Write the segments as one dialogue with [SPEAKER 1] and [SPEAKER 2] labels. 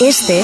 [SPEAKER 1] Este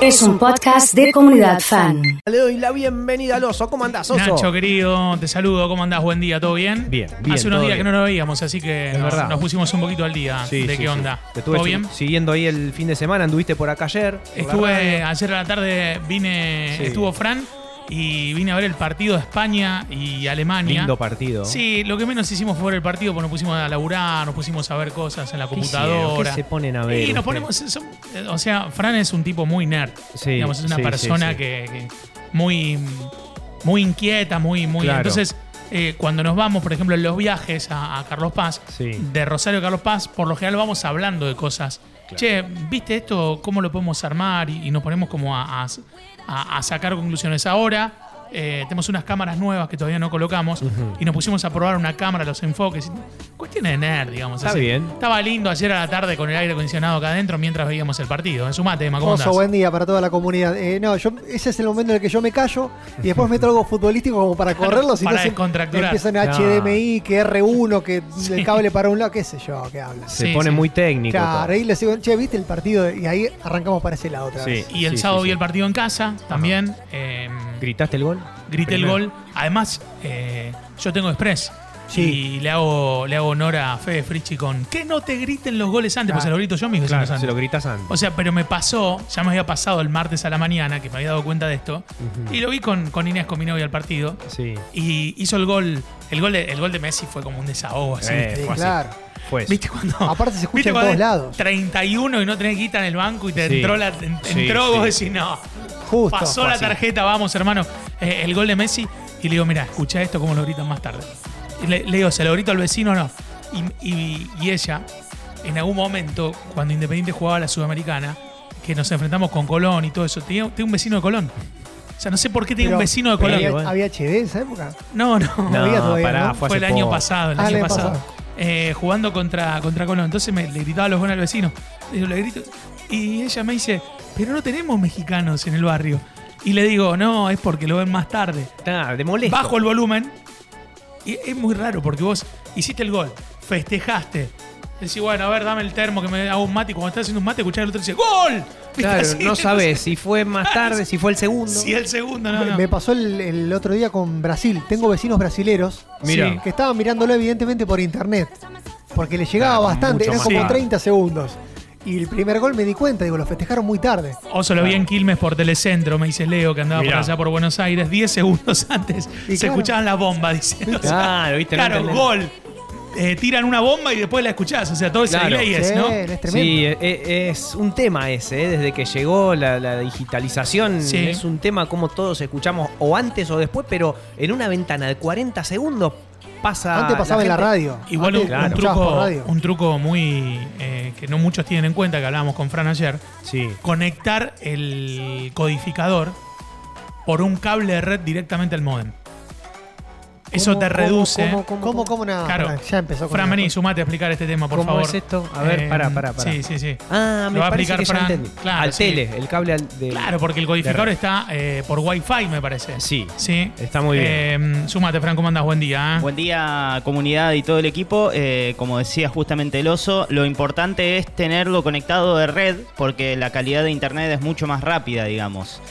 [SPEAKER 1] es un podcast de comunidad fan.
[SPEAKER 2] Le doy la bienvenida al oso. ¿Cómo andás, oso?
[SPEAKER 3] Nacho, querido, te saludo. ¿Cómo andás? Buen día, ¿todo bien?
[SPEAKER 2] Bien, bien,
[SPEAKER 3] Hace unos
[SPEAKER 2] todo
[SPEAKER 3] días
[SPEAKER 2] bien.
[SPEAKER 3] que no nos veíamos, así que
[SPEAKER 2] Es
[SPEAKER 3] nos,
[SPEAKER 2] verdad.
[SPEAKER 3] nos pusimos un poquito al día
[SPEAKER 2] Sí,
[SPEAKER 3] de
[SPEAKER 2] sí, sí.
[SPEAKER 3] qué onda.
[SPEAKER 2] Te estuve
[SPEAKER 3] ¿Todo
[SPEAKER 2] su-
[SPEAKER 3] bien?
[SPEAKER 2] siguiendo ahí el fin de semana, anduviste por acá ayer. por la radio.
[SPEAKER 3] Estuve ayer a la tarde, vine,
[SPEAKER 2] Sí.
[SPEAKER 3] estuvo Fran y vine a ver el partido de España y Alemania.
[SPEAKER 2] Lindo partido.
[SPEAKER 3] Sí, lo que menos hicimos fue ver el partido, porque nos pusimos a laburar, nos pusimos a ver cosas en la
[SPEAKER 2] ¿Qué hicieron?
[SPEAKER 3] computadora.
[SPEAKER 2] ¿Qué se ponen a ver?
[SPEAKER 3] Y
[SPEAKER 2] ustedes?
[SPEAKER 3] nos ponemos. son- o sea, Fran es un tipo muy nerd.
[SPEAKER 2] Sí,
[SPEAKER 3] digamos, es una
[SPEAKER 2] sí, sí,
[SPEAKER 3] persona
[SPEAKER 2] sí.
[SPEAKER 3] Que, que muy, muy inquieta, muy, muy.
[SPEAKER 2] Claro.
[SPEAKER 3] Entonces, eh, cuando nos vamos, por ejemplo, en los viajes a, a Carlos Paz,
[SPEAKER 2] Sí.
[SPEAKER 3] de Rosario a Carlos Paz, por lo general vamos hablando de cosas. Che, ¿viste esto? ¿Cómo lo podemos armar? Y, y nos ponemos como a, a- a- a sacar conclusiones. Ahora. eh, tenemos unas cámaras nuevas que todavía no colocamos y nos pusimos a probar una cámara, los enfoques. y- Cuestiones de nerd, digamos.
[SPEAKER 2] Está
[SPEAKER 3] así.
[SPEAKER 2] bien.
[SPEAKER 3] Estaba lindo ayer a la tarde con el aire acondicionado acá adentro mientras veíamos el partido. En su mate, ¿cómo
[SPEAKER 4] Oso,
[SPEAKER 3] andás?
[SPEAKER 4] buen día para toda la comunidad. Eh, no, yo, ese es el momento en el que yo me callo y después meto algo futbolístico como para correrlo. Si
[SPEAKER 3] Para
[SPEAKER 4] no, se-
[SPEAKER 3] descontracturar.
[SPEAKER 4] Empiezan
[SPEAKER 2] No.
[SPEAKER 4] HDMI, que R1, que el cable para un lado, qué sé yo, qué hablas.
[SPEAKER 2] Se
[SPEAKER 3] Sí,
[SPEAKER 2] pone
[SPEAKER 3] sí.
[SPEAKER 2] muy técnico.
[SPEAKER 4] Claro,
[SPEAKER 2] todo.
[SPEAKER 4] ahí le sigo, che, ¿viste el partido? Y ahí arrancamos para ese lado otra
[SPEAKER 2] Sí.
[SPEAKER 4] vez.
[SPEAKER 3] Y el
[SPEAKER 2] sí,
[SPEAKER 3] sábado
[SPEAKER 2] sí,
[SPEAKER 3] vi
[SPEAKER 2] sí.
[SPEAKER 3] el partido en casa también. eh,
[SPEAKER 2] ¿Gritaste el gol?
[SPEAKER 3] grité el
[SPEAKER 2] Primero.
[SPEAKER 3] gol. Además, eh, yo tengo Express.
[SPEAKER 4] Sí.
[SPEAKER 3] Y le hago, le hago honor a Fede Frichi con que no te griten los goles antes,
[SPEAKER 4] Claro.
[SPEAKER 3] pues se lo grito yo a mis vecinos
[SPEAKER 2] Claro, se
[SPEAKER 3] antes.
[SPEAKER 2] lo gritas antes.
[SPEAKER 3] O sea, pero me pasó, ya me había pasado el martes a la mañana, que me había dado cuenta de esto, y lo vi con, con Inés, con mi novia al partido,
[SPEAKER 2] sí,
[SPEAKER 3] y hizo el gol, el gol de, el gol de Messi fue como un desahogo, así,
[SPEAKER 2] Eh,
[SPEAKER 4] Sí,
[SPEAKER 2] fue así.
[SPEAKER 4] claro.
[SPEAKER 2] fue eso.
[SPEAKER 3] ¿Viste cuando?
[SPEAKER 4] Aparte se escucha
[SPEAKER 3] ¿viste
[SPEAKER 4] en
[SPEAKER 3] cuando
[SPEAKER 4] todos
[SPEAKER 3] es
[SPEAKER 4] lados.
[SPEAKER 3] 31 y no tenés guita en el banco y te
[SPEAKER 2] Sí.
[SPEAKER 3] entró la. en-
[SPEAKER 2] Sí,
[SPEAKER 3] entró vos
[SPEAKER 2] sí.
[SPEAKER 3] decís, no.
[SPEAKER 4] Justo.
[SPEAKER 3] Pasó
[SPEAKER 2] fue
[SPEAKER 3] la
[SPEAKER 2] así.
[SPEAKER 3] tarjeta, vamos, hermano. Eh, el gol de Messi. Y le digo, mira, escucha esto, cómo lo gritan más tarde. Y le, le digo, ¿se lo grito al vecino o no? Y, y- y ella, en algún momento, cuando Independiente jugaba a la Sudamericana, que nos enfrentamos con Colón y todo eso, tenía, tenía un vecino de Colón. O sea, no sé por qué tenía
[SPEAKER 4] Pero-
[SPEAKER 3] un vecino de
[SPEAKER 4] pero
[SPEAKER 3] Colón.
[SPEAKER 4] había,
[SPEAKER 2] bueno.
[SPEAKER 4] había HD en esa época.
[SPEAKER 3] No, no.
[SPEAKER 4] No había todavía,
[SPEAKER 2] pará,
[SPEAKER 4] ¿no?
[SPEAKER 2] Ah, fue,
[SPEAKER 3] Fue,
[SPEAKER 2] hace
[SPEAKER 3] el año
[SPEAKER 2] poco.
[SPEAKER 3] pasado, el
[SPEAKER 4] Ah,
[SPEAKER 3] año
[SPEAKER 4] el año
[SPEAKER 3] pasado.
[SPEAKER 4] pasado.
[SPEAKER 3] Eh, jugando contra, contra Colón. Entonces me le gritaba los goles al vecino. Y yo le grito. Y ella me dice, pero no tenemos mexicanos en el barrio. Y le digo, no, es porque lo ven más tarde.
[SPEAKER 2] Está, de molesto.
[SPEAKER 3] Bajo el volumen. Y es muy raro porque vos hiciste el gol, festejaste. Decís, bueno, a ver, dame el termo que me hago un mate. Y cuando estás haciendo un mate, escuchás el otro y dice, ¡Gol! ¿Viste?
[SPEAKER 2] Claro,
[SPEAKER 3] Así,
[SPEAKER 2] no sabes si fue más tarde, si fue el segundo.
[SPEAKER 3] Si el segundo, no,
[SPEAKER 4] Me-
[SPEAKER 3] no.
[SPEAKER 4] Me pasó el, el otro día con Brasil. Tengo vecinos brasileros
[SPEAKER 2] Mira.
[SPEAKER 4] que estaban mirándolo evidentemente por internet. Porque les llegaba
[SPEAKER 2] Claro,
[SPEAKER 4] bastante,
[SPEAKER 2] mucho
[SPEAKER 4] eran
[SPEAKER 2] más
[SPEAKER 4] como
[SPEAKER 2] tarde.
[SPEAKER 4] 30 segundos. Y el primer gol me di cuenta, digo, lo festejaron muy tarde.
[SPEAKER 3] Oso lo vi en Quilmes por Telecentro, me dice Leo, que andaba
[SPEAKER 2] Mirá.
[SPEAKER 3] por allá por Buenos Aires. 10 segundos antes
[SPEAKER 4] Y
[SPEAKER 3] se
[SPEAKER 4] claro.
[SPEAKER 3] escuchaban las bombas, dicen. O sea,
[SPEAKER 2] Claro, viste, no
[SPEAKER 3] Claro,
[SPEAKER 2] entendés.
[SPEAKER 3] gol. Eh, tiran una bomba y después la escuchás. O sea, todo ese
[SPEAKER 2] Claro.
[SPEAKER 3] delay es, ¿no?
[SPEAKER 4] Sí, es tremendo.
[SPEAKER 2] Sí, e- e- es, un tema ese, ¿eh? desde que llegó la, la digitalización,
[SPEAKER 3] Sí.
[SPEAKER 2] es un tema como todos escuchamos o antes o después, pero en una ventana de 40 segundos pasa...
[SPEAKER 4] Antes pasaba en la
[SPEAKER 2] gente-
[SPEAKER 4] radio.
[SPEAKER 3] ah, Igual
[SPEAKER 4] Antes
[SPEAKER 3] un,
[SPEAKER 4] lo
[SPEAKER 3] un
[SPEAKER 4] escuchabas por
[SPEAKER 3] truco,
[SPEAKER 4] radio.
[SPEAKER 3] un truco muy eh, que no muchos tienen en cuenta, que hablábamos con Fran ayer,
[SPEAKER 2] Sí,
[SPEAKER 3] conectar el codificador por un cable de red directamente al modem. Eso
[SPEAKER 4] ¿Cómo,
[SPEAKER 3] te
[SPEAKER 4] cómo,
[SPEAKER 3] reduce.
[SPEAKER 4] ¿Cómo, cómo, cómo, cómo nada?
[SPEAKER 3] Claro.
[SPEAKER 4] Pará, Ya empezó con
[SPEAKER 3] Fran,
[SPEAKER 4] la-
[SPEAKER 3] vení, sumate a explicar este tema, por
[SPEAKER 2] ¿Cómo
[SPEAKER 3] favor. Eh,
[SPEAKER 2] es esto? A ver, pará, pará, pará.
[SPEAKER 3] Sí, sí, sí.
[SPEAKER 2] Ah, me
[SPEAKER 3] Lo va a
[SPEAKER 2] parece
[SPEAKER 3] aplicar
[SPEAKER 2] que ya
[SPEAKER 3] Fran.
[SPEAKER 2] entendí.
[SPEAKER 3] Claro,
[SPEAKER 2] al
[SPEAKER 3] sí.
[SPEAKER 2] tele, el cable al de-
[SPEAKER 3] Claro, porque el codificador está eh, por Wi-Fi, me parece.
[SPEAKER 2] Sí,
[SPEAKER 3] Sí.
[SPEAKER 2] está muy bien.
[SPEAKER 3] Eh, súmate, Fran, ¿cómo andás? Buen día. ¿eh?
[SPEAKER 5] Buen día comunidad y todo el equipo. Eh, como decía justamente el oso, lo importante es tenerlo conectado de red porque la calidad de internet es mucho más rápida, digamos.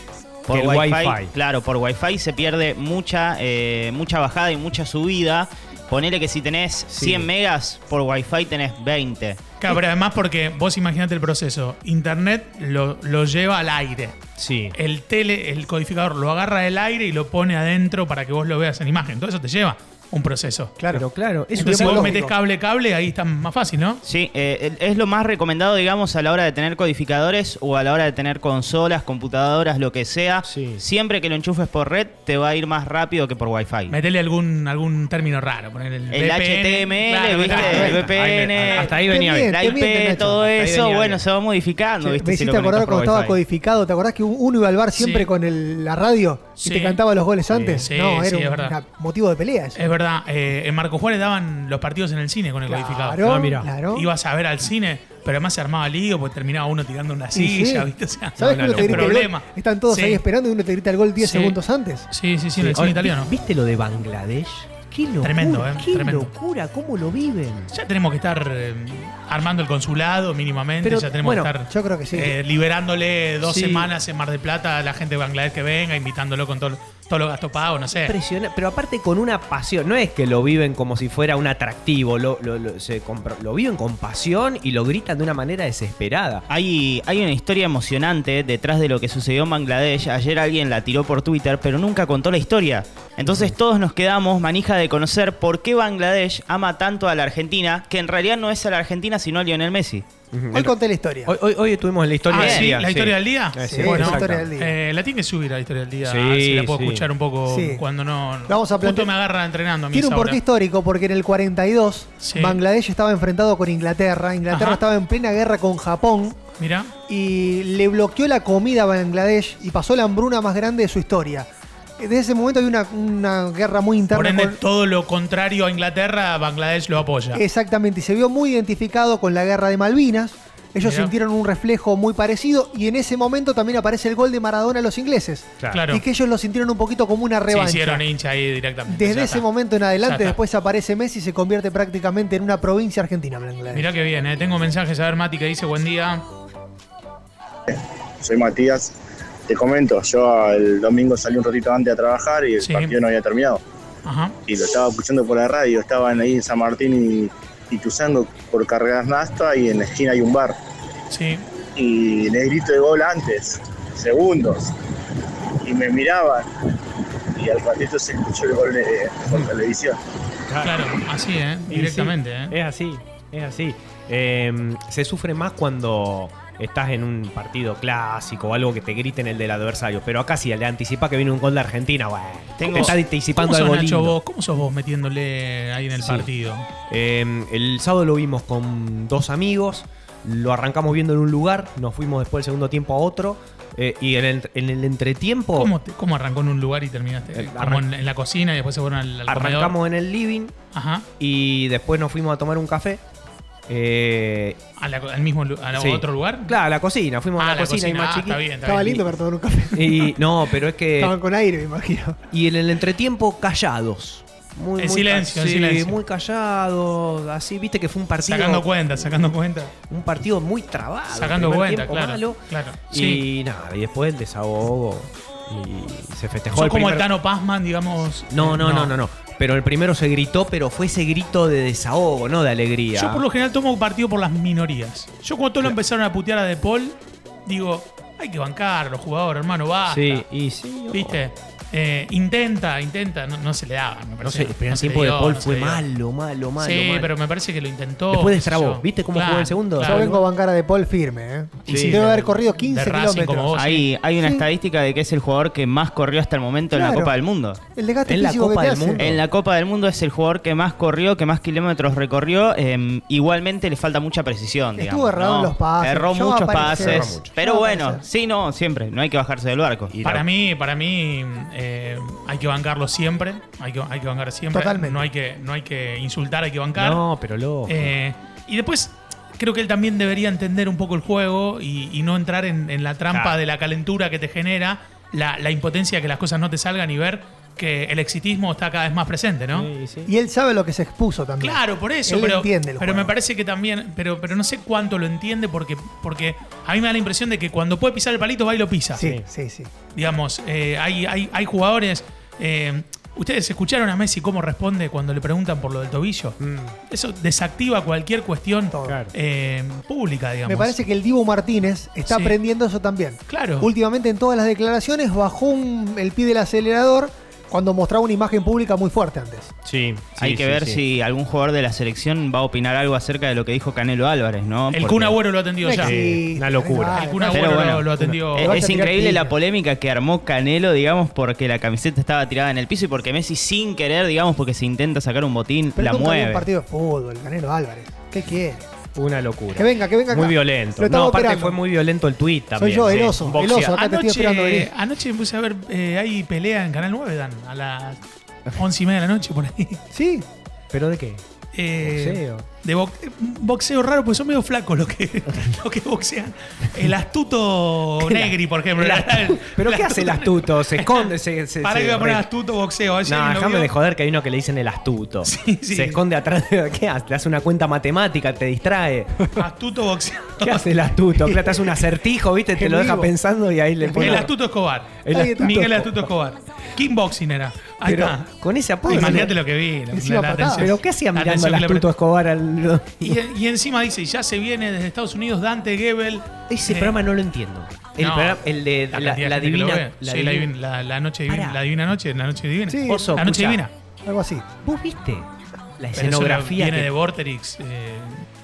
[SPEAKER 5] Por
[SPEAKER 2] Que el
[SPEAKER 5] wifi,
[SPEAKER 2] Wi-Fi.
[SPEAKER 5] claro, por wifi se pierde mucha, eh, mucha bajada y mucha subida. Ponele que si tenés
[SPEAKER 2] Sí.
[SPEAKER 5] 100 megas, por wifi tenés 20.
[SPEAKER 3] Claro, pero además porque vos imaginate el proceso. Internet lo, lo lleva al aire.
[SPEAKER 2] sí.
[SPEAKER 3] El tele, el codificador lo agarra del aire y lo pone adentro para que vos lo veas en imagen. Todo eso te lleva un proceso.
[SPEAKER 2] Claro. Pero claro, es un
[SPEAKER 3] Entonces si
[SPEAKER 2] tema
[SPEAKER 3] vos
[SPEAKER 4] lógico.
[SPEAKER 3] metés cable, cable, ahí está más fácil, ¿no?
[SPEAKER 5] Sí, eh, es lo más recomendado, digamos, a la hora de tener codificadores o a la hora de tener consolas, computadoras, lo que sea.
[SPEAKER 2] Sí.
[SPEAKER 5] Siempre que lo enchufes por red, te va a ir más rápido que por wifi.
[SPEAKER 3] Metele algún, algún término raro. poner el
[SPEAKER 5] El HTML, ¿viste?
[SPEAKER 3] metele-
[SPEAKER 5] El VPN.
[SPEAKER 2] hasta ahí
[SPEAKER 4] Qué
[SPEAKER 2] venía bien.
[SPEAKER 4] bien.
[SPEAKER 5] La
[SPEAKER 4] Te mienten,
[SPEAKER 5] IP,
[SPEAKER 4] Nacho.
[SPEAKER 5] todo
[SPEAKER 2] Ahí venía
[SPEAKER 5] eso,
[SPEAKER 2] bien.
[SPEAKER 5] bueno, se va modificando,
[SPEAKER 4] Che,
[SPEAKER 5] ¿viste?
[SPEAKER 4] me
[SPEAKER 5] si lo
[SPEAKER 4] hiciste acordar
[SPEAKER 5] conectas por
[SPEAKER 4] cuando estaba
[SPEAKER 5] Wi-Fi.
[SPEAKER 4] codificado. ¿Te acordás que uno iba al bar siempre
[SPEAKER 3] Sí.
[SPEAKER 4] con el- la radio
[SPEAKER 3] Sí.
[SPEAKER 4] y te cantaba los goles antes?
[SPEAKER 3] Sí,
[SPEAKER 4] no,
[SPEAKER 3] sí,
[SPEAKER 4] era
[SPEAKER 3] es
[SPEAKER 4] un
[SPEAKER 3] verdad.
[SPEAKER 4] una- motivo de pelea eso.
[SPEAKER 3] Es verdad, eh, en Marco Juárez daban los partidos en el cine con el codificador.
[SPEAKER 4] Claro,
[SPEAKER 2] Ah, mirá.
[SPEAKER 4] claro.
[SPEAKER 3] Ibas a ver al cine, pero además se armaba lío porque terminaba uno tirando una
[SPEAKER 4] Sí, sí.
[SPEAKER 3] silla, ¿viste? O sea,
[SPEAKER 2] No,
[SPEAKER 4] ¿Sabes que
[SPEAKER 2] no,
[SPEAKER 4] uno te
[SPEAKER 3] no,
[SPEAKER 4] grita el gol?
[SPEAKER 3] problema.
[SPEAKER 4] Están todos
[SPEAKER 3] Sí.
[SPEAKER 4] ahí esperando y uno te grita el gol 10
[SPEAKER 3] Sí.
[SPEAKER 4] segundos antes.
[SPEAKER 3] Sí, sí, sí, en el
[SPEAKER 2] Ahora,
[SPEAKER 3] cine italiano.
[SPEAKER 2] ¿Viste lo de Bangladesh? Qué locura,
[SPEAKER 3] Tremendo, ¿eh?
[SPEAKER 2] Qué
[SPEAKER 3] Tremendo.
[SPEAKER 2] locura, cómo lo viven.
[SPEAKER 3] Ya tenemos que estar eh, armando el consulado mínimamente,
[SPEAKER 2] Pero,
[SPEAKER 3] ya tenemos
[SPEAKER 2] bueno,
[SPEAKER 3] que estar
[SPEAKER 4] yo creo que sí.
[SPEAKER 3] eh, liberándole dos
[SPEAKER 2] Sí.
[SPEAKER 3] semanas en Mar del Plata a la gente de Bangladesh que venga, invitándolo con todo- todos los gastos pagos, no sé.
[SPEAKER 2] Impresionante, pero aparte con una pasión, no es que lo viven como si fuera un atractivo, lo, lo- lo- se compro- lo viven con pasión y lo gritan de una manera desesperada.
[SPEAKER 5] Hay, hay una historia emocionante detrás de lo que sucedió en Bangladesh. Ayer alguien la tiró por Twitter, pero nunca contó la historia. Entonces todos nos quedamos manija de conocer por qué Bangladesh ama tanto a la Argentina, que en realidad no es a la Argentina sino a Lionel Messi.
[SPEAKER 4] Hoy conté la historia.
[SPEAKER 2] Hoy, hoy, hoy estuvimos en la historia
[SPEAKER 3] Ah,
[SPEAKER 2] del
[SPEAKER 3] sí,
[SPEAKER 2] día.
[SPEAKER 3] la historia del día.
[SPEAKER 2] Eh,
[SPEAKER 4] Sí,
[SPEAKER 2] sí,
[SPEAKER 4] la
[SPEAKER 2] bueno,
[SPEAKER 4] historia
[SPEAKER 2] exacto.
[SPEAKER 4] del día.
[SPEAKER 3] Eh, la tiene que subir a la historia del día.
[SPEAKER 2] Sí,
[SPEAKER 3] a ver si la puedo
[SPEAKER 2] sí.
[SPEAKER 3] escuchar un poco
[SPEAKER 4] Sí.
[SPEAKER 3] cuando no.
[SPEAKER 4] Vamos a
[SPEAKER 3] Justo
[SPEAKER 4] plantear-
[SPEAKER 3] me agarra entrenando a mí
[SPEAKER 4] Tiene un
[SPEAKER 3] esa hora.
[SPEAKER 4] porqué histórico porque en el 42
[SPEAKER 3] Sí.
[SPEAKER 4] Bangladesh estaba enfrentado con Inglaterra. Inglaterra
[SPEAKER 3] Ajá.
[SPEAKER 4] estaba en plena guerra con Japón
[SPEAKER 3] Mirá.
[SPEAKER 4] y le bloqueó la comida a Bangladesh y pasó la hambruna más grande de su historia. Desde ese momento hay una, una guerra muy
[SPEAKER 3] Por
[SPEAKER 4] interna.
[SPEAKER 3] ende,
[SPEAKER 4] con-
[SPEAKER 3] todo lo contrario a Inglaterra, Bangladesh lo apoya.
[SPEAKER 4] Exactamente, y se vio muy identificado con la guerra de Malvinas. Ellos
[SPEAKER 3] Mirá.
[SPEAKER 4] sintieron un reflejo muy parecido y en ese momento también aparece el gol de Maradona a los ingleses.
[SPEAKER 3] Claro.
[SPEAKER 4] Y que ellos lo sintieron un poquito como una
[SPEAKER 3] Se
[SPEAKER 4] revancha.
[SPEAKER 3] hicieron hincha ahí directamente.
[SPEAKER 4] Desde
[SPEAKER 3] ya
[SPEAKER 4] ese
[SPEAKER 3] está.
[SPEAKER 4] momento en
[SPEAKER 3] Ya
[SPEAKER 4] adelante,
[SPEAKER 3] está.
[SPEAKER 4] después aparece Messi y se convierte prácticamente en una provincia argentina. Bangladesh.
[SPEAKER 3] Mirá que bien, eh. tengo mensajes. A ver, Mati, que dice buen día.
[SPEAKER 6] soy Matías. Te comento, yo el domingo salí un ratito antes a trabajar y el
[SPEAKER 3] Sí.
[SPEAKER 6] partido no había terminado.
[SPEAKER 3] Ajá.
[SPEAKER 6] Y lo estaba escuchando por la radio, estaban ahí en San Martín y, y Tuzango por carreras Nasta y en la esquina hay un bar.
[SPEAKER 3] Sí.
[SPEAKER 6] Y le grito de gol antes, segundos. Y me miraban. Y al ratito se escuchó el gol de- por televisión.
[SPEAKER 3] Claro, así, ¿eh?
[SPEAKER 2] Y
[SPEAKER 3] Directamente,
[SPEAKER 2] sí,
[SPEAKER 3] ¿eh?
[SPEAKER 2] Es así, es así. Eh, se sufre más cuando estás en un partido clásico o algo que te griten el del adversario. Pero acá si le anticipa que viene un gol de Argentina, bueno,
[SPEAKER 5] Tengo-
[SPEAKER 2] te está
[SPEAKER 3] ¿Cómo
[SPEAKER 2] anticipando
[SPEAKER 3] sos,
[SPEAKER 2] algo
[SPEAKER 3] Nacho,
[SPEAKER 2] lindo.
[SPEAKER 3] vos? ¿Cómo sos vos metiéndole ahí en el
[SPEAKER 2] Sí.
[SPEAKER 3] partido?
[SPEAKER 2] Eh, el sábado lo vimos con dos amigos, lo arrancamos viendo en un lugar, nos fuimos después del segundo tiempo a otro, eh, y en el, en el entretiempo
[SPEAKER 3] ¿Cómo, te- cómo arrancó en un lugar y terminaste?
[SPEAKER 2] Eh,
[SPEAKER 3] Como en, en la cocina y después se fueron al, al comedor.
[SPEAKER 2] arrancamos en el living
[SPEAKER 3] Ajá.
[SPEAKER 2] y después nos fuimos a tomar un café. Eh,
[SPEAKER 3] ¿A la- ¿Al mismo lu- a la-
[SPEAKER 2] sí.
[SPEAKER 3] otro lugar?
[SPEAKER 2] Claro, a la cocina, fuimos
[SPEAKER 3] Ah,
[SPEAKER 2] a la, cocina, y
[SPEAKER 3] Ah,
[SPEAKER 2] más
[SPEAKER 3] está
[SPEAKER 2] chiquita.
[SPEAKER 3] bien, está
[SPEAKER 4] Estaba
[SPEAKER 3] bien.
[SPEAKER 4] lindo para tomar un café.
[SPEAKER 2] Eh, Y no, pero es que
[SPEAKER 4] Estaban con aire, me imagino.
[SPEAKER 2] Y en el entretiempo, callados. Muy,
[SPEAKER 3] En
[SPEAKER 2] muy
[SPEAKER 3] silencio,
[SPEAKER 2] ca-
[SPEAKER 3] en
[SPEAKER 2] sí,
[SPEAKER 3] silencio.
[SPEAKER 2] muy callados. Así, viste que fue un partido.
[SPEAKER 3] Sacando cuenta, sacando cuenta.
[SPEAKER 2] Un partido muy trabado.
[SPEAKER 3] Sacando
[SPEAKER 2] primer
[SPEAKER 3] cuenta,
[SPEAKER 2] tiempo
[SPEAKER 3] claro.
[SPEAKER 2] malo.
[SPEAKER 3] claro.
[SPEAKER 2] Y
[SPEAKER 3] Sí.
[SPEAKER 2] nada, y después el desahogo. Y se festejó
[SPEAKER 3] Sos
[SPEAKER 2] el
[SPEAKER 3] como el
[SPEAKER 2] primer-
[SPEAKER 3] Tano Pazman, digamos.
[SPEAKER 2] no,
[SPEAKER 3] eh,
[SPEAKER 2] no, no, no, no. Pero el primero se gritó, pero fue ese grito de desahogo, no de alegría.
[SPEAKER 3] Yo por lo general tomo partido por las minorías. Yo cuando todos lo empezaron a putear a De Paul, digo, hay que bancar a los jugadores, hermano, basta.
[SPEAKER 2] Sí, y sí.
[SPEAKER 3] ¿Viste? Eh, intenta, intenta, no, no se le daba. Me
[SPEAKER 2] No
[SPEAKER 3] parece,
[SPEAKER 2] sé, el primer
[SPEAKER 3] no se le
[SPEAKER 2] tiempo
[SPEAKER 3] dio,
[SPEAKER 2] de Paul
[SPEAKER 3] no se
[SPEAKER 2] fue
[SPEAKER 3] le dio.
[SPEAKER 2] malo, malo, malo.
[SPEAKER 3] sí,
[SPEAKER 2] malo.
[SPEAKER 3] pero me parece que lo intentó.
[SPEAKER 2] Después
[SPEAKER 3] qué sé
[SPEAKER 2] destrabó.
[SPEAKER 3] yo.
[SPEAKER 2] ¿Viste cómo jugó el segundo?
[SPEAKER 4] Yo vengo a bancar a De Paul firme, ¿eh?
[SPEAKER 3] Sí,
[SPEAKER 4] Debe
[SPEAKER 3] de-
[SPEAKER 4] haber corrido
[SPEAKER 3] de
[SPEAKER 4] 15
[SPEAKER 3] Racing
[SPEAKER 4] kilómetros.
[SPEAKER 3] como vos.
[SPEAKER 5] Hay, hay una
[SPEAKER 4] Sí.
[SPEAKER 5] estadística de que es el jugador que más corrió hasta el momento en
[SPEAKER 4] Claro.
[SPEAKER 5] la Copa del Mundo.
[SPEAKER 4] El desgaste
[SPEAKER 2] En la
[SPEAKER 4] físico
[SPEAKER 2] Copa
[SPEAKER 4] que te
[SPEAKER 2] del
[SPEAKER 4] hace.
[SPEAKER 2] Mundo.
[SPEAKER 5] En la Copa del Mundo es el jugador que más corrió, que más kilómetros recorrió. eh, igualmente le falta mucha precisión.
[SPEAKER 4] Estuvo
[SPEAKER 5] digamos,
[SPEAKER 4] errado en
[SPEAKER 5] ¿no?
[SPEAKER 4] los pases,
[SPEAKER 5] Erró
[SPEAKER 4] ya va a
[SPEAKER 5] muchos
[SPEAKER 4] aparecer.
[SPEAKER 5] pases.
[SPEAKER 4] Erró mucho.
[SPEAKER 5] Pero
[SPEAKER 4] Ya va a
[SPEAKER 5] bueno,
[SPEAKER 4] aparecer.
[SPEAKER 5] sí, no, siempre. No hay que bajarse del barco.
[SPEAKER 3] Para mí, para mí eh, hay que bancarlo siempre. Hay que, hay que bancar siempre.
[SPEAKER 4] Totalmente.
[SPEAKER 3] No hay que, no hay que insultar, hay que bancar.
[SPEAKER 2] No, pero loco.
[SPEAKER 3] Eh, y después, creo que él también debería entender un poco el juego y, y no entrar en, en la trampa
[SPEAKER 2] Claro.
[SPEAKER 3] de la calentura que te genera, la, la impotencia de que las cosas no te salgan y ver que el exitismo está cada vez más presente, ¿no?
[SPEAKER 2] Sí, sí.
[SPEAKER 4] Y él sabe lo que se expuso también.
[SPEAKER 3] Claro, por eso,
[SPEAKER 4] Él
[SPEAKER 3] pero,
[SPEAKER 4] entiende el
[SPEAKER 3] pero me
[SPEAKER 4] juego.
[SPEAKER 3] parece que también, pero, pero no sé cuánto lo entiende porque, porque a mí me da la impresión de que cuando puede pisar el palito va y lo pisa.
[SPEAKER 4] Sí, sí, sí.
[SPEAKER 3] Digamos, eh, hay, hay, hay jugadores. eh, ¿Ustedes escucharon a Messi cómo responde cuando le preguntan por lo del tobillo? Eso desactiva cualquier cuestión
[SPEAKER 4] Mm. Todo. Claro.
[SPEAKER 3] eh, pública, digamos.
[SPEAKER 4] Me parece que el Dibu Martínez está
[SPEAKER 3] Sí.
[SPEAKER 4] aprendiendo eso también.
[SPEAKER 3] Claro.
[SPEAKER 4] Últimamente en todas las declaraciones bajó un- el pie del acelerador cuando mostraba una imagen pública muy fuerte antes.
[SPEAKER 2] Sí,
[SPEAKER 5] hay
[SPEAKER 2] sí,
[SPEAKER 5] que
[SPEAKER 2] sí,
[SPEAKER 5] ver
[SPEAKER 2] sí.
[SPEAKER 5] si algún jugador de la selección va a opinar algo acerca de lo que dijo Canelo Álvarez, ¿no?
[SPEAKER 3] el
[SPEAKER 5] Porque-
[SPEAKER 3] Kun Agüero lo atendió ya.
[SPEAKER 2] existe. una locura.
[SPEAKER 3] El Kun
[SPEAKER 4] Cuna
[SPEAKER 3] Agüero
[SPEAKER 5] Pero
[SPEAKER 3] lo,
[SPEAKER 5] bueno,
[SPEAKER 3] lo atendió.
[SPEAKER 5] Eh,
[SPEAKER 4] Vas a
[SPEAKER 5] Es
[SPEAKER 4] tirar
[SPEAKER 5] increíble
[SPEAKER 4] piña.
[SPEAKER 5] la polémica que armó Canelo, digamos, porque la camiseta estaba tirada en el piso y porque Messi sin querer, digamos, porque se intenta sacar un botín,
[SPEAKER 4] Pero
[SPEAKER 5] la
[SPEAKER 4] nunca vi un
[SPEAKER 5] mueve.
[SPEAKER 4] partido de fútbol, Canelo Álvarez. ¿Qué quiere?
[SPEAKER 2] Una locura.
[SPEAKER 4] Que venga, que venga acá.
[SPEAKER 2] Muy
[SPEAKER 4] Lo
[SPEAKER 2] violento.
[SPEAKER 4] estaba
[SPEAKER 2] No, aparte
[SPEAKER 4] operando.
[SPEAKER 2] fue muy violento el tuit también.
[SPEAKER 4] yo, el
[SPEAKER 2] sí.
[SPEAKER 4] oso,
[SPEAKER 2] Boxea-
[SPEAKER 4] el oso. acá te estoy esperando,
[SPEAKER 3] Anoche,
[SPEAKER 4] vení.
[SPEAKER 3] anoche me puse a ver, eh, hay pelea en Canal 9, Dan, a las once y media de la noche por ahí.
[SPEAKER 4] Sí,
[SPEAKER 2] ¿Pero de qué?
[SPEAKER 3] Eh,
[SPEAKER 2] Boxeo.
[SPEAKER 3] de bo- boxeo raro, porque son medio flacos los que, los que boxean. El astuto Negri, por ejemplo.
[SPEAKER 2] ¿Pero qué hace el astuto? Se esconde, se. se-
[SPEAKER 3] Para
[SPEAKER 2] se-
[SPEAKER 3] que voy a poner
[SPEAKER 2] re-
[SPEAKER 3] astuto boxeo. ayer
[SPEAKER 2] No,
[SPEAKER 3] lo
[SPEAKER 2] déjame
[SPEAKER 3] vio.
[SPEAKER 2] de joder que hay uno que le dicen el astuto.
[SPEAKER 3] Sí, sí.
[SPEAKER 2] Se esconde atrás. de- ¿Qué hace? Te hace una cuenta matemática, te distrae.
[SPEAKER 3] Astuto boxeo.
[SPEAKER 2] ¿Qué hace el astuto? Claro, te hace un acertijo, ¿viste? Te
[SPEAKER 4] En
[SPEAKER 2] lo deja
[SPEAKER 4] vivo.
[SPEAKER 2] pensando y ahí le pone.
[SPEAKER 3] El astuto Escobar.
[SPEAKER 2] El astuto
[SPEAKER 3] Miguel Astuto Escobar. Kickboxing era. Ahí
[SPEAKER 2] Pero
[SPEAKER 3] está.
[SPEAKER 2] con ese apodo. Ah,
[SPEAKER 3] Imagínate lo que vi. la-
[SPEAKER 4] Encima
[SPEAKER 3] la
[SPEAKER 4] patada.
[SPEAKER 3] atención.
[SPEAKER 2] ¿Pero qué hacía
[SPEAKER 3] La
[SPEAKER 2] mirando
[SPEAKER 3] atención
[SPEAKER 2] al
[SPEAKER 3] que le pre-
[SPEAKER 2] astuto Escobar al.?
[SPEAKER 3] Y, y encima dice, ya se viene desde Estados Unidos Dante Gebel.
[SPEAKER 2] Ese
[SPEAKER 3] Eh,
[SPEAKER 2] programa no lo entiendo. El,
[SPEAKER 3] no,
[SPEAKER 2] programa- el de la,
[SPEAKER 3] la, cantidad de
[SPEAKER 2] la
[SPEAKER 3] gente que lo
[SPEAKER 2] divina.
[SPEAKER 3] ve.
[SPEAKER 2] la
[SPEAKER 3] Sí, la,
[SPEAKER 2] divina-
[SPEAKER 3] divina- la- la noche divina,
[SPEAKER 2] Pará.
[SPEAKER 3] la divina noche, la noche divina.
[SPEAKER 4] Sí.
[SPEAKER 2] Oso,
[SPEAKER 3] la noche
[SPEAKER 2] escuchá,
[SPEAKER 3] divina.
[SPEAKER 4] Algo así.
[SPEAKER 2] ¿Vos viste la
[SPEAKER 3] Pero eso era-
[SPEAKER 2] escenografía?
[SPEAKER 3] viene
[SPEAKER 2] que-
[SPEAKER 3] de Vorterix. eh,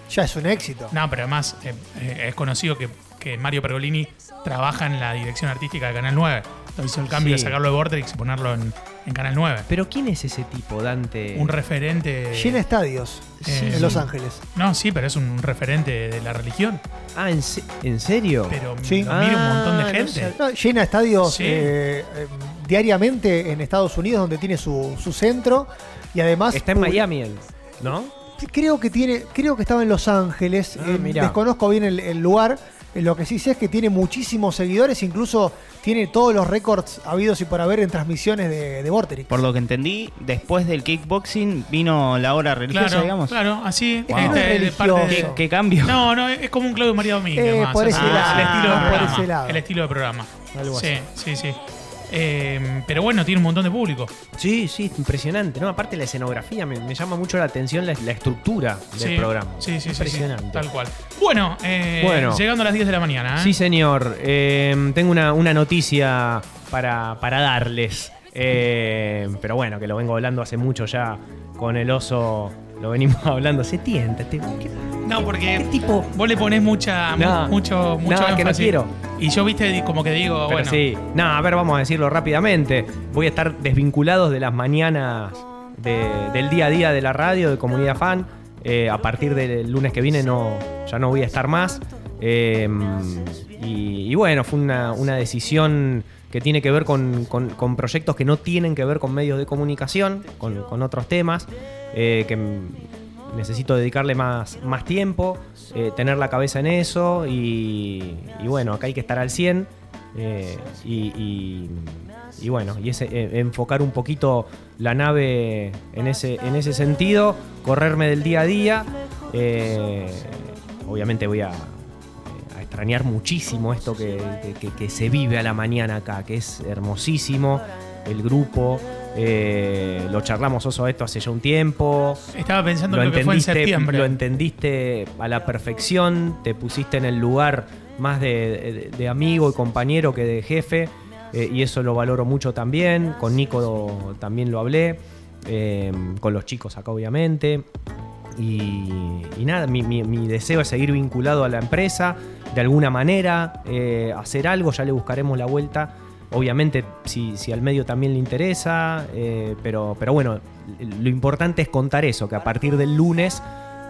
[SPEAKER 4] Ya es un éxito.
[SPEAKER 3] no, pero además eh, eh, es conocido que, que Mario Pergolini trabaja en la dirección artística de Canal 9. Entonces hizo el cambio
[SPEAKER 2] Sí.
[SPEAKER 3] de sacarlo de Vorterix y ponerlo en, en Canal 9.
[SPEAKER 2] Pero ¿quién es ese tipo, Dante?
[SPEAKER 3] Un referente.
[SPEAKER 2] este?
[SPEAKER 4] Llena estadios
[SPEAKER 3] Sí,
[SPEAKER 4] en
[SPEAKER 3] sí.
[SPEAKER 4] Los Ángeles.
[SPEAKER 3] No, sí, pero es un referente de la religión.
[SPEAKER 2] Ah, ¿en, se- en serio?
[SPEAKER 3] Pero
[SPEAKER 4] Sí.
[SPEAKER 3] lo mira un montón de
[SPEAKER 2] Ah, no
[SPEAKER 3] gente.
[SPEAKER 2] sé.
[SPEAKER 4] No, llena estadios
[SPEAKER 3] Sí.
[SPEAKER 4] eh, eh, diariamente en Estados Unidos, donde tiene su, su centro. Y además.
[SPEAKER 2] Está en
[SPEAKER 4] pu-
[SPEAKER 2] Miami él, ¿no?
[SPEAKER 4] Creo que tiene, creo que estaba en Los Ángeles.
[SPEAKER 2] Ah,
[SPEAKER 4] eh,
[SPEAKER 2] mirá.
[SPEAKER 4] desconozco bien el, el lugar. Eh, Lo que sí sé es que tiene muchísimos seguidores, incluso tiene todos los récords habidos y por haber en transmisiones de, de Vorterix.
[SPEAKER 5] Por lo que entendí, después del kickboxing vino la hora religiosa,
[SPEAKER 3] Claro,
[SPEAKER 5] digamos.
[SPEAKER 3] claro, así. este,
[SPEAKER 4] que no es
[SPEAKER 3] de parte de-
[SPEAKER 5] ¿Qué, qué cambio?
[SPEAKER 3] No, no, es como un Claudio María Domínguez.
[SPEAKER 4] Eh,
[SPEAKER 3] más,
[SPEAKER 4] por ese
[SPEAKER 3] o menos,
[SPEAKER 5] lado,
[SPEAKER 3] el estilo de
[SPEAKER 5] por
[SPEAKER 3] programa.
[SPEAKER 4] ese lado.
[SPEAKER 3] El estilo de programa.
[SPEAKER 2] Algo
[SPEAKER 3] sí,
[SPEAKER 2] así.
[SPEAKER 3] sí, sí. Eh, pero bueno, tiene un montón de público.
[SPEAKER 2] Sí, sí, impresionante. No, aparte la escenografía, me, me llama mucho la atención la, la estructura del
[SPEAKER 3] Sí,
[SPEAKER 2] programa.
[SPEAKER 3] Sí, sí, sí, sí.
[SPEAKER 2] Impresionante.
[SPEAKER 3] Tal cual. Bueno, eh,
[SPEAKER 2] Bueno.
[SPEAKER 3] llegando a las 10 de la mañana. ¿eh?
[SPEAKER 2] Sí, señor. Eh, tengo una, una noticia para, para darles. Eh, pero bueno, que lo vengo hablando hace mucho ya con el oso. Lo venimos hablando. Se tienta. te- ¿qué,
[SPEAKER 3] No, porque
[SPEAKER 2] qué tipo?
[SPEAKER 3] vos le ponés mucha, mu-
[SPEAKER 2] No.
[SPEAKER 3] mucho, mucho
[SPEAKER 2] No, que no
[SPEAKER 3] énfasis.
[SPEAKER 2] quiero.
[SPEAKER 3] Y yo, viste, di- como que digo,
[SPEAKER 2] Pero
[SPEAKER 3] bueno.
[SPEAKER 2] sí. No, a ver, vamos a decirlo rápidamente. Voy a estar desvinculados de las mañanas de- del día a día de la radio, de Comunidad Fan. Eh, a partir del lunes que viene no, ya no voy a estar más. Eh, y, y bueno, fue una, una decisión que tiene que ver con, con- con proyectos que no tienen que ver con medios de comunicación, con, con otros temas, eh, que mm, necesito dedicarle más, más tiempo, eh, tener la cabeza en eso y, y bueno, acá hay que estar al 100. Eh, y, y- y bueno, y ese, eh, enfocar un poquito la nave en ese, en ese sentido, correrme del día a día. Eh, obviamente voy a, a extrañar muchísimo esto que, que- que- que se vive a la mañana acá, que es hermosísimo, el grupo. eh, lo charlamos oso esto hace ya un tiempo
[SPEAKER 3] Estaba pensando en lo que fue en septiembre.
[SPEAKER 2] lo entendiste a la perfección, te pusiste en el lugar más de, de- de amigo y compañero que de jefe, eh, y eso lo valoro mucho también. Con Nico también lo hablé, eh, con los chicos acá obviamente. Y, y nada, mi, mi- mi deseo es seguir vinculado a la empresa, de alguna manera, eh, hacer algo, ya le buscaremos la vuelta. Obviamente, si, si al medio también le interesa, eh, pero, pero bueno, lo importante es contar eso, que a partir del lunes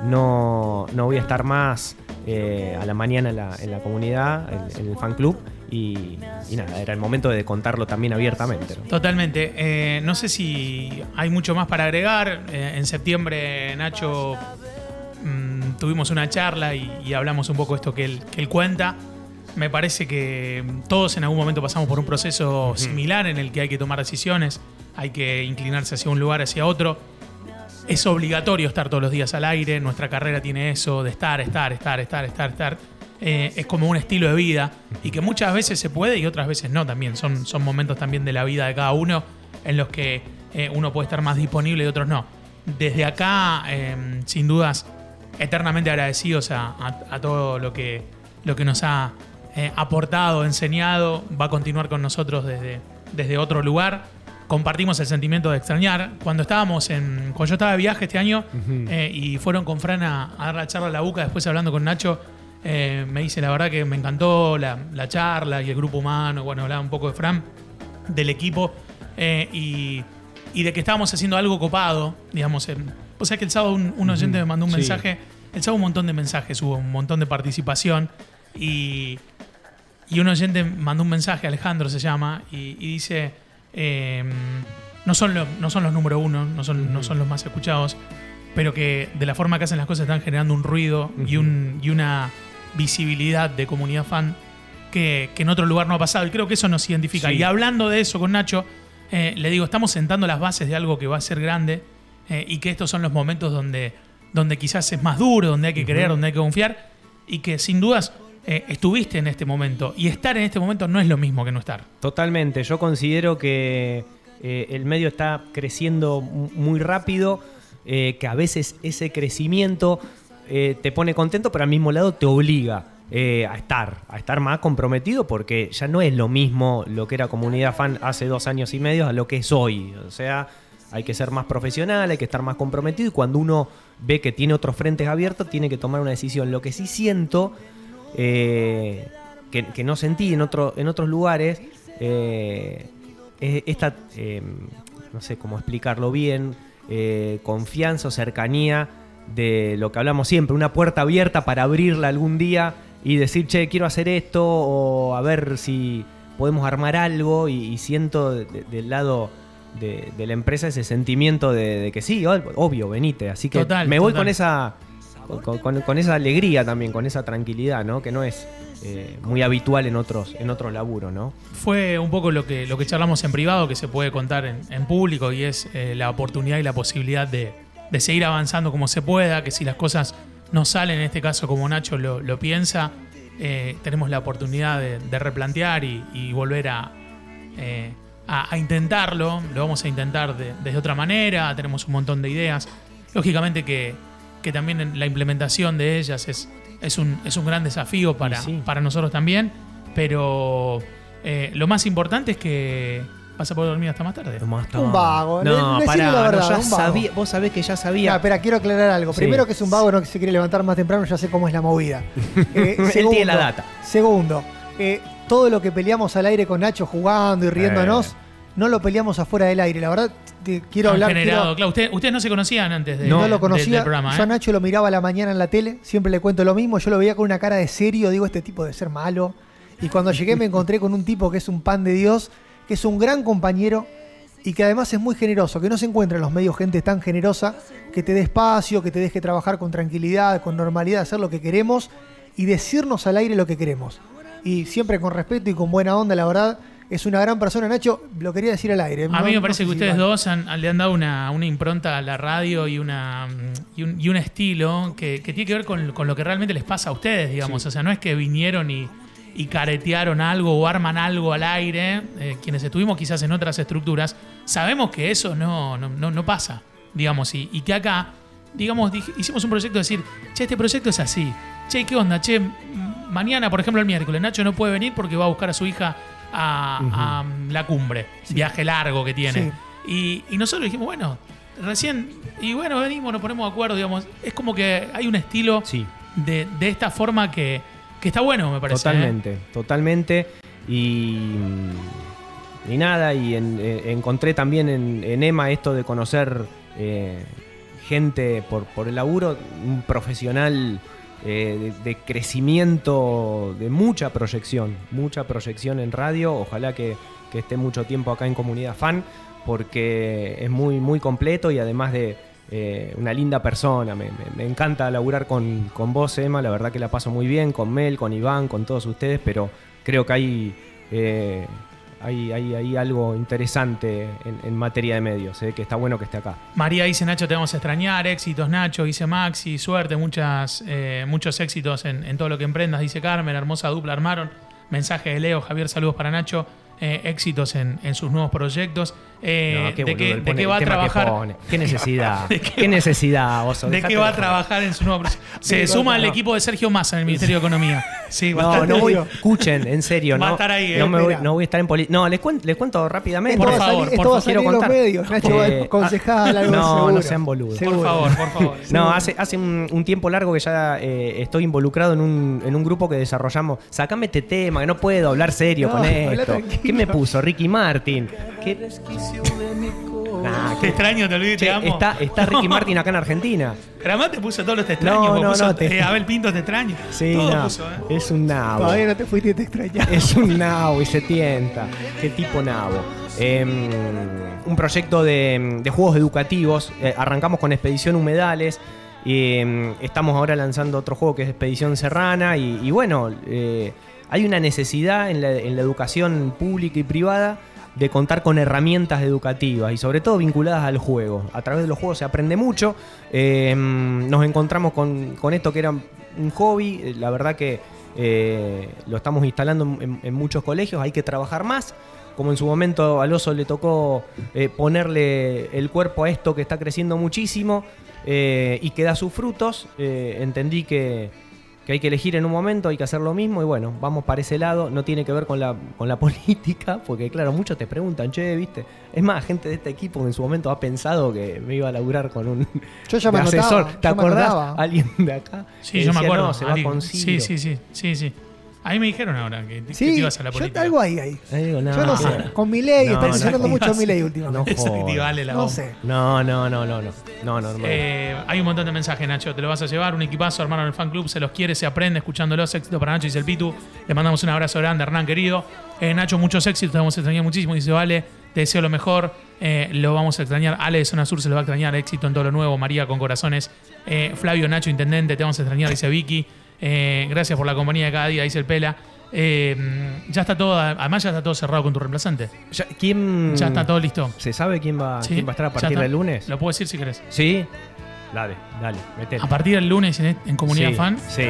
[SPEAKER 2] no, no voy a estar más eh, a la mañana en la, en la comunidad, en, en el fan club, y, y nada, era el momento de contarlo también abiertamente. ¿no?
[SPEAKER 3] Totalmente. Eh, no sé si hay mucho más para agregar. Eh, en septiembre, Nacho, mm, tuvimos una charla y, y hablamos un poco de esto que él, que él cuenta. Me parece que mm, todos en algún momento pasamos por un proceso similar en el que hay que tomar decisiones, hay que inclinarse hacia un lugar, hacia otro. Es obligatorio estar todos los días al aire, nuestra carrera tiene eso de estar, estar, estar, estar, estar, estar. Eh, es como un estilo de vida y que muchas veces se puede y otras veces no también. Son, son momentos también de la vida de cada uno en los que eh, uno puede estar más disponible y otros no. Desde acá, eh, sin dudas, eternamente agradecidos a, a- a todo lo que, lo que nos ha eh, aportado, enseñado, va a continuar con nosotros desde, desde otro lugar compartimos el sentimiento de extrañar. Cuando estábamos en. Cuando yo estaba de viaje este año eh, y fueron con Fran a, a dar la charla a la UCA, después hablando con Nacho, eh, me dice la verdad que me encantó la, la charla y el grupo humano. Bueno, hablaba un poco de Fran, del equipo eh, y, y de que estábamos haciendo algo copado, digamos. En, o sea que el sábado un, un oyente me mandó un
[SPEAKER 2] sí.
[SPEAKER 3] mensaje. El sábado un montón de mensajes, hubo un montón de participación y. Y un oyente mandó un mensaje, Alejandro se llama, y, y dice: em, eh, no, son los, no son los número uno, no son, no son los más escuchados, pero que de la forma que hacen las cosas están generando un ruido y, un, y una visibilidad de comunidad fan que, que en otro lugar no ha pasado. Y creo que eso nos identifica.
[SPEAKER 2] Sí.
[SPEAKER 3] Y hablando de eso con Nacho, eh, le digo, estamos sentando las bases de algo que va a ser grande eh, y que estos son los momentos donde, donde quizás es más duro, donde hay que creer, donde hay que confiar y que sin dudas eh, estuviste en este momento. Y estar en este momento no es lo mismo que no estar.
[SPEAKER 2] Totalmente, yo considero que eh, el medio está creciendo mu- muy rápido, eh, que a veces ese crecimiento eh, te pone contento, pero al mismo lado te obliga eh, a estar, a estar más comprometido, porque ya no es lo mismo lo que era comunidad fan hace dos años y medio a lo que es hoy. O sea, hay que ser más profesional, hay que estar más comprometido y cuando uno ve que tiene otros frentes abiertos, tiene que tomar una decisión. Lo que sí siento eh, que, que no sentí en, otro, en otros lugares, eh, es esta, eh, no sé cómo explicarlo bien, eh, confianza o cercanía de lo que hablamos siempre, una puerta abierta para abrirla algún día y decir, che, quiero hacer esto o a ver si podemos armar algo y, y siento de- de- del lado... De, de la empresa ese sentimiento de, de que sí, ob- obvio, venite. Así que
[SPEAKER 3] Total,
[SPEAKER 2] me voy
[SPEAKER 3] total.
[SPEAKER 2] con esa con, con- con esa alegría también, con esa tranquilidad, ¿no? Que no es eh, muy habitual en otros, en otros laburos, ¿no?
[SPEAKER 3] Fue un poco lo que, lo que charlamos en privado, que se puede contar en, en público, y es eh, la oportunidad y la posibilidad de, de seguir avanzando como se pueda, que si las cosas no salen, en este caso como Nacho lo, lo piensa, eh, tenemos la oportunidad de, de replantear y, y volver a, eh, a, a intentarlo, lo vamos a intentar de- desde otra manera, tenemos un montón de ideas, lógicamente que, que también en la implementación de ellas es, es, un, es un gran desafío para,
[SPEAKER 2] Y sí.
[SPEAKER 3] para nosotros también, pero eh, lo más importante es que vas a poder dormir hasta más tarde.
[SPEAKER 4] Un vago.
[SPEAKER 2] No,
[SPEAKER 4] Le- decime
[SPEAKER 2] pará,
[SPEAKER 4] la
[SPEAKER 2] no,
[SPEAKER 4] verdad,
[SPEAKER 2] ya
[SPEAKER 4] un vago.
[SPEAKER 2] sabía- vos sabés que ya
[SPEAKER 4] Mira,
[SPEAKER 2] sabía.
[SPEAKER 4] espera, quiero aclarar algo.
[SPEAKER 2] Sí.
[SPEAKER 4] Primero que es un vago no que se quiere levantar más temprano, ya sé cómo es la movida. Eh,
[SPEAKER 2] Él tiene la data.
[SPEAKER 4] Segundo, eh, todo lo que peleamos al aire con Nacho jugando y riéndonos,
[SPEAKER 2] Eh.
[SPEAKER 4] no lo peleamos afuera del aire. La verdad, te- quiero
[SPEAKER 3] Han
[SPEAKER 4] hablar.
[SPEAKER 3] generado-
[SPEAKER 4] quiero-
[SPEAKER 3] claro, usted- ustedes no se conocían antes de,
[SPEAKER 4] no
[SPEAKER 3] de-
[SPEAKER 4] lo
[SPEAKER 3] del
[SPEAKER 4] conocía.
[SPEAKER 3] programa.
[SPEAKER 4] Yo a
[SPEAKER 3] ¿eh?
[SPEAKER 4] Nacho lo miraba a la mañana en la tele, siempre le cuento lo mismo. Yo lo veía con una cara de serio, digo, este tipo de ser malo. Y cuando llegué me encontré con un tipo que es un pan de Dios, que es un gran compañero y que además es muy generoso, que no se encuentra en los medios gente tan generosa, que te dé espacio, que te deje trabajar con tranquilidad, con normalidad, hacer lo que queremos y decirnos al aire lo que queremos. Y siempre con respeto y con buena onda, la verdad, es una gran persona. Nacho, lo quería decir al aire.
[SPEAKER 3] A
[SPEAKER 4] No-
[SPEAKER 3] mí me
[SPEAKER 4] no
[SPEAKER 3] parece
[SPEAKER 4] sé
[SPEAKER 3] que
[SPEAKER 4] si
[SPEAKER 3] ustedes
[SPEAKER 4] vale.
[SPEAKER 3] dos han- le han dado una, una impronta a la radio y, una, mm, y, un, y un estilo que, que tiene que ver con, con lo que realmente les pasa a ustedes, digamos. O sea, no es que vinieron y, y caretearon algo o arman algo al aire. Eh, quienes estuvimos quizás en otras estructuras, sabemos que eso no, no, no, no pasa, digamos. Y, y que acá, digamos, dij- hicimos un proyecto de decir, che, este proyecto es así. Che, ¿qué onda? Che, mm, mañana, por ejemplo, el miércoles, Nacho no puede venir porque va a buscar a su hija a, a, mm, la cumbre. Viaje largo que tiene.
[SPEAKER 4] Sí.
[SPEAKER 3] Y, y nosotros dijimos, bueno, recién, y bueno, venimos, nos ponemos de acuerdo, digamos. Es como que hay un estilo
[SPEAKER 2] Sí.
[SPEAKER 3] de, de esta forma que, que está bueno, me parece. ¿eh?
[SPEAKER 2] Totalmente, totalmente. Y, y nada, y en- eh, encontré también en, en EMA esto de conocer eh, gente por, por el laburo, un profesional eh, de, de crecimiento, de mucha proyección, mucha proyección en radio. Ojalá que, que esté mucho tiempo acá en Comunidad Fan, porque es muy, muy completo y además de. eh, una linda persona, me, me- me encanta laburar con, con vos, Emma, la verdad que la paso muy bien, con Mel, con Iván, con todos ustedes, pero creo que hay, eh, hay, hay- hay algo interesante en, en materia de medios, eh, que está bueno que esté acá.
[SPEAKER 3] María dice, Nacho, te vamos a extrañar, éxitos, Nacho, dice Maxi, suerte, muchas, eh, muchos éxitos en, en todo lo que emprendas, dice Carmen, hermosa dupla armaron. Mensaje de Leo, Javier, saludos para Nacho, eh, éxitos en, en sus nuevos proyectos. Eh,
[SPEAKER 2] No, qué
[SPEAKER 3] ¿De
[SPEAKER 2] boludo,
[SPEAKER 3] qué,
[SPEAKER 2] él
[SPEAKER 3] de
[SPEAKER 2] pone
[SPEAKER 3] qué
[SPEAKER 2] el
[SPEAKER 3] va a
[SPEAKER 2] tema que
[SPEAKER 3] trabajar?
[SPEAKER 2] pone. ¿Qué necesidad?
[SPEAKER 3] ¿De qué
[SPEAKER 2] ¿Qué necesidad, Oso?
[SPEAKER 3] ¿De
[SPEAKER 2] Dejate
[SPEAKER 3] qué va a
[SPEAKER 2] joder.
[SPEAKER 3] trabajar en su nuevo proyecto?
[SPEAKER 2] Sí,
[SPEAKER 3] Se
[SPEAKER 2] va a
[SPEAKER 3] suma el
[SPEAKER 2] trabajar.
[SPEAKER 3] equipo de Sergio Massa en el Ministerio de Economía. Sí,
[SPEAKER 2] No,
[SPEAKER 3] bastante.
[SPEAKER 2] no voy, escuchen, en serio,
[SPEAKER 3] Va a
[SPEAKER 2] no,
[SPEAKER 3] estar ahí,
[SPEAKER 2] no,
[SPEAKER 3] eh,
[SPEAKER 2] me voy,
[SPEAKER 4] mira.
[SPEAKER 2] no voy a estar en política. No, les, cuen- les cuento rápidamente.
[SPEAKER 4] Esto
[SPEAKER 3] Por
[SPEAKER 4] va a
[SPEAKER 3] favor,
[SPEAKER 4] salir- esto
[SPEAKER 3] por
[SPEAKER 4] va
[SPEAKER 3] favor,
[SPEAKER 4] a salir
[SPEAKER 2] quiero
[SPEAKER 4] en los
[SPEAKER 2] contar.
[SPEAKER 4] medios. Nacho va
[SPEAKER 2] Eh,
[SPEAKER 4] a aconsejar algo
[SPEAKER 2] no,
[SPEAKER 4] seguro.
[SPEAKER 2] no sean boludos.
[SPEAKER 4] Seguro.
[SPEAKER 3] Por favor, por favor.
[SPEAKER 2] No, hace, hace un, un tiempo largo que ya eh, estoy involucrado en un, en un grupo que desarrollamos. Sacame este tema, que no puedo hablar serio
[SPEAKER 4] No,
[SPEAKER 2] con
[SPEAKER 4] habla
[SPEAKER 2] esto.
[SPEAKER 4] tranquilo.
[SPEAKER 2] ¿Qué me puso? Ricky Martin. ¿Qué? Nah,
[SPEAKER 3] Te
[SPEAKER 2] que-
[SPEAKER 3] extraño, te olvido y
[SPEAKER 2] Che,
[SPEAKER 3] te amo.
[SPEAKER 2] está, está Ricky
[SPEAKER 3] No.
[SPEAKER 2] Martin acá en Argentina.
[SPEAKER 3] Gramá te puso todos los te extraño.
[SPEAKER 2] No,
[SPEAKER 3] vos
[SPEAKER 2] no,
[SPEAKER 3] puso,
[SPEAKER 2] no, te-
[SPEAKER 3] eh, Abel Pinto te extraño.
[SPEAKER 2] Sí,
[SPEAKER 3] Todo
[SPEAKER 2] no,
[SPEAKER 3] puso, ¿eh?
[SPEAKER 2] es un nabo.
[SPEAKER 4] Todavía no te fuiste, te extrañaba.
[SPEAKER 2] Es un nabo y se tienta. Qué tipo nabo. Em, un proyecto de, de juegos educativos. Eh, arrancamos con Expedición Humedales. Y, em, estamos ahora lanzando otro juego que es Expedición Serrana. Y, y bueno, eh, hay una necesidad en la, en la educación pública y privada de contar con herramientas educativas y sobre todo vinculadas al juego. A través de los juegos se aprende mucho. Em, nos encontramos con, con esto que era un hobby. Eh, La verdad que eh, lo estamos instalando en, en- en muchos colegios, hay que trabajar más. Como en su momento al oso le tocó eh, ponerle el cuerpo a esto que está creciendo muchísimo eh, y que da sus frutos, eh, entendí que, que hay que elegir en un momento, hay que hacer lo mismo y bueno, vamos para ese lado. No tiene que ver con la, con la política, porque claro, muchos te preguntan, che, viste. Es más, gente de este equipo que en su momento ha pensado que me iba a laburar con un
[SPEAKER 4] Yo ya me
[SPEAKER 2] de
[SPEAKER 4] anotaba,
[SPEAKER 2] asesor. ¿Te
[SPEAKER 4] yo me
[SPEAKER 2] acordás?
[SPEAKER 4] anotaba.
[SPEAKER 2] Alguien de acá.
[SPEAKER 3] Sí,
[SPEAKER 2] que
[SPEAKER 3] yo me
[SPEAKER 2] decía,
[SPEAKER 3] acuerdo.
[SPEAKER 2] "No, se va
[SPEAKER 3] alguien-
[SPEAKER 2] con
[SPEAKER 3] sí,
[SPEAKER 2] Ciro".
[SPEAKER 3] sí, sí, sí, sí. Ahí me dijeron ahora que, que te
[SPEAKER 4] Sí,
[SPEAKER 3] ibas a la
[SPEAKER 4] yo-
[SPEAKER 3] política.
[SPEAKER 4] algo ahí, ahí.
[SPEAKER 2] Ahí digo,
[SPEAKER 4] Yo no sé. Con mi ley,
[SPEAKER 2] No,
[SPEAKER 4] están
[SPEAKER 2] no,
[SPEAKER 4] mencionando
[SPEAKER 2] no.
[SPEAKER 4] mucho a mi ley
[SPEAKER 2] No,
[SPEAKER 4] últimamente.
[SPEAKER 3] Eso
[SPEAKER 2] joder.
[SPEAKER 3] ni vale la
[SPEAKER 4] No
[SPEAKER 3] bomba.
[SPEAKER 4] sé.
[SPEAKER 2] No, no, no, no, no. No, no, no.
[SPEAKER 3] Eh, hay un montón de mensajes, Nacho. Te lo vas a llevar. Un equipazo, hermano, en el fan club. Se los quiere, se aprende escuchándolos. Éxito para Nacho y el Pitu. Le mandamos un abrazo grande, Hernán, querido. Eh, Nacho, muchos éxitos. Te vamos a extrañar muchísimo. Dice, vale, te deseo lo mejor. Eh, lo vamos a extrañar. Ale de Zona Sur se lo va a extrañar. Éxito en todo lo nuevo. María con corazones. Eh, Flavio, Nacho, intendente. Te vamos a extrañar, dice Vicky. Eh, gracias por la compañía de cada día, dice el Pela. Eh, ya está todo, además ya está todo cerrado con tu reemplazante.
[SPEAKER 2] Ya- ¿Quién,
[SPEAKER 3] Ya está todo listo.
[SPEAKER 2] ¿Se sabe quién va, Ah,
[SPEAKER 3] Sí,
[SPEAKER 2] quién va a estar a
[SPEAKER 3] ya
[SPEAKER 2] partir
[SPEAKER 3] está.
[SPEAKER 2] del lunes?
[SPEAKER 3] Lo puedo decir si querés.
[SPEAKER 2] Sí. Dale, dale, metele.
[SPEAKER 3] A partir del lunes en, en Comunidad
[SPEAKER 2] Sí,
[SPEAKER 3] Fan,
[SPEAKER 2] Sí.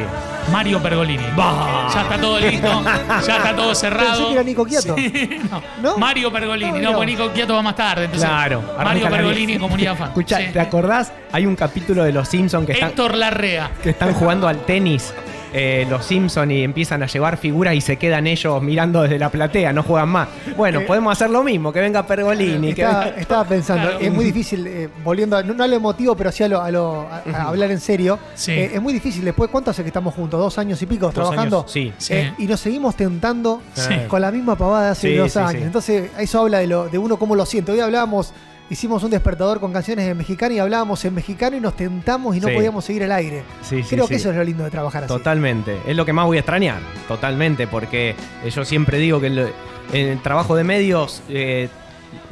[SPEAKER 3] Mario Pergolini. Ya está todo listo, ya está todo cerrado.
[SPEAKER 4] Pensé que era Nico Quiato.
[SPEAKER 3] Sí, no.
[SPEAKER 4] ¿No?
[SPEAKER 3] Mario Pergolini.
[SPEAKER 4] No,
[SPEAKER 3] No,
[SPEAKER 4] no.
[SPEAKER 3] pues Nico Quiato va más tarde. entonces,
[SPEAKER 2] Claro.
[SPEAKER 3] Mario
[SPEAKER 2] arranca la
[SPEAKER 3] Pergolini
[SPEAKER 2] vida.
[SPEAKER 3] en Comunidad Fan.
[SPEAKER 2] Escuchá,
[SPEAKER 3] Sí.
[SPEAKER 2] ¿te acordás? Hay un capítulo de Los Simpsons que están,
[SPEAKER 3] Héctor Larrea.
[SPEAKER 2] que están jugando al tenis. eh, los Simpsons y empiezan a llevar figuras y se quedan ellos mirando desde la platea, no juegan más. Bueno, podemos hacer lo mismo, que venga Pergolini, que
[SPEAKER 4] Estaba,
[SPEAKER 2] venga-
[SPEAKER 4] estaba pensando,
[SPEAKER 3] Claro.
[SPEAKER 4] es muy difícil, eh, volviendo a, no, no a lo emotivo, pero sí a, lo, a, lo- a- a hablar en serio.
[SPEAKER 3] Sí.
[SPEAKER 4] Eh, es muy difícil. Después, ¿cuánto hace que estamos juntos? ¿Dos años y pico trabajando?
[SPEAKER 2] años, sí.
[SPEAKER 3] Sí.
[SPEAKER 4] Eh, y nos seguimos tentando
[SPEAKER 3] Sí.
[SPEAKER 4] con la misma pavada de hace
[SPEAKER 2] Sí,
[SPEAKER 4] dos
[SPEAKER 2] sí,
[SPEAKER 4] años.
[SPEAKER 2] sí.
[SPEAKER 4] Entonces, eso habla de, lo, de uno cómo lo siente. Hoy hablábamos, hicimos un despertador con canciones en mexicano y hablábamos en mexicano y nos tentamos y no
[SPEAKER 2] Sí.
[SPEAKER 4] podíamos seguir al aire.
[SPEAKER 2] Sí, sí,
[SPEAKER 4] Creo que
[SPEAKER 2] sí.
[SPEAKER 4] eso es lo lindo de trabajar así.
[SPEAKER 2] Totalmente. Es lo que más voy a extrañar. Totalmente. Porque eh, yo siempre digo que el- en el trabajo de medios eh,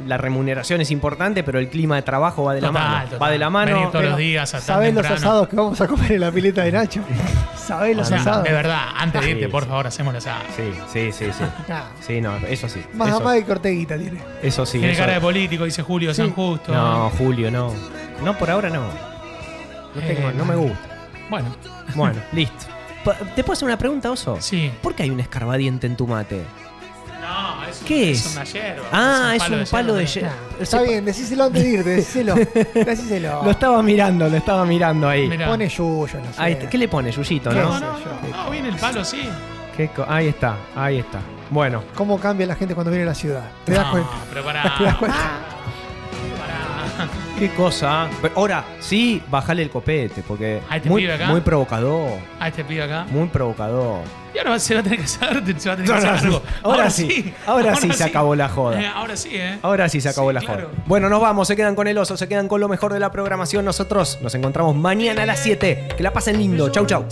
[SPEAKER 2] la remuneración es importante, pero el clima de trabajo va de la
[SPEAKER 3] Total,
[SPEAKER 2] mano.
[SPEAKER 3] total.
[SPEAKER 2] Va de la mano.
[SPEAKER 3] Venir todos
[SPEAKER 4] Pero,
[SPEAKER 3] los días a tan
[SPEAKER 4] ¿Sabés los
[SPEAKER 3] temprano.
[SPEAKER 4] asados que vamos a comer en la pileta de Nacho? ¿Sabés
[SPEAKER 3] O
[SPEAKER 4] los
[SPEAKER 3] sea,
[SPEAKER 4] asados?
[SPEAKER 3] de verdad, antes de irte,
[SPEAKER 2] Sí,
[SPEAKER 3] por
[SPEAKER 2] sí.
[SPEAKER 3] favor, hacemos la asada.
[SPEAKER 2] Sí, sí, sí, sí.
[SPEAKER 4] Nah,
[SPEAKER 2] Sí, no, eso sí.
[SPEAKER 4] más
[SPEAKER 2] eso,
[SPEAKER 4] amada que Corteguita tiene.
[SPEAKER 2] eso sí.
[SPEAKER 3] Tiene
[SPEAKER 2] eso-
[SPEAKER 3] cara de político, dice Julio
[SPEAKER 4] Sí.
[SPEAKER 3] San Justo. ¿eh?
[SPEAKER 2] no, Julio, no. No, por ahora no. No, tengo-
[SPEAKER 3] Eh,
[SPEAKER 2] no me gusta.
[SPEAKER 3] Bueno,
[SPEAKER 2] Bueno, listo. Pa- ¿Te puedo hacer una pregunta, Oso?
[SPEAKER 3] sí.
[SPEAKER 2] ¿Por qué hay un escarbadiente en tu mate?
[SPEAKER 3] No, es, un-
[SPEAKER 2] ¿Qué
[SPEAKER 3] es
[SPEAKER 2] es?
[SPEAKER 3] una hierba.
[SPEAKER 2] Ah, es un palo de
[SPEAKER 3] hierba.
[SPEAKER 2] hierba.
[SPEAKER 4] Nah, está bien, decíselo antes de irte, decíselo. decíselo.
[SPEAKER 2] Lo estaba mirando, lo estaba mirando ahí.
[SPEAKER 3] Mirá.
[SPEAKER 4] Pone yuyo, no sé.
[SPEAKER 2] Ahí está. ¿Qué le pone, Yuyito,
[SPEAKER 4] ¿Qué?
[SPEAKER 2] no?
[SPEAKER 3] No, no, no, no, viene el palo, sí.
[SPEAKER 2] Qué co- ahí está, ahí está. Bueno,
[SPEAKER 4] ¿Cómo cambia la gente cuando viene a la ciudad? ¿Te das
[SPEAKER 3] no,
[SPEAKER 4] cuenta?
[SPEAKER 3] pero pará.
[SPEAKER 4] ¿Te das cuenta?
[SPEAKER 3] pará.
[SPEAKER 2] qué cosa. ¿ah? Pero ahora, sí, bajale el copete, porque
[SPEAKER 3] A este
[SPEAKER 2] muy,
[SPEAKER 3] pibe acá.
[SPEAKER 2] muy provocador.
[SPEAKER 3] A este pibe acá.
[SPEAKER 2] Muy provocador.
[SPEAKER 3] Y ahora se va a tener que hacer, se va a tener
[SPEAKER 2] No,
[SPEAKER 3] que
[SPEAKER 2] no,
[SPEAKER 3] hacer
[SPEAKER 2] no.
[SPEAKER 3] algo.
[SPEAKER 2] Ahora sí, ahora sí se acabó la joda.
[SPEAKER 3] Eh, ahora sí, ¿eh?
[SPEAKER 2] Ahora sí se acabó
[SPEAKER 3] Sí,
[SPEAKER 2] la
[SPEAKER 3] claro.
[SPEAKER 2] joda. Bueno, nos vamos, se quedan con el oso, se quedan con lo mejor de la programación. Nosotros nos encontramos mañana a las 7. Que la pasen lindo. Chau, chau.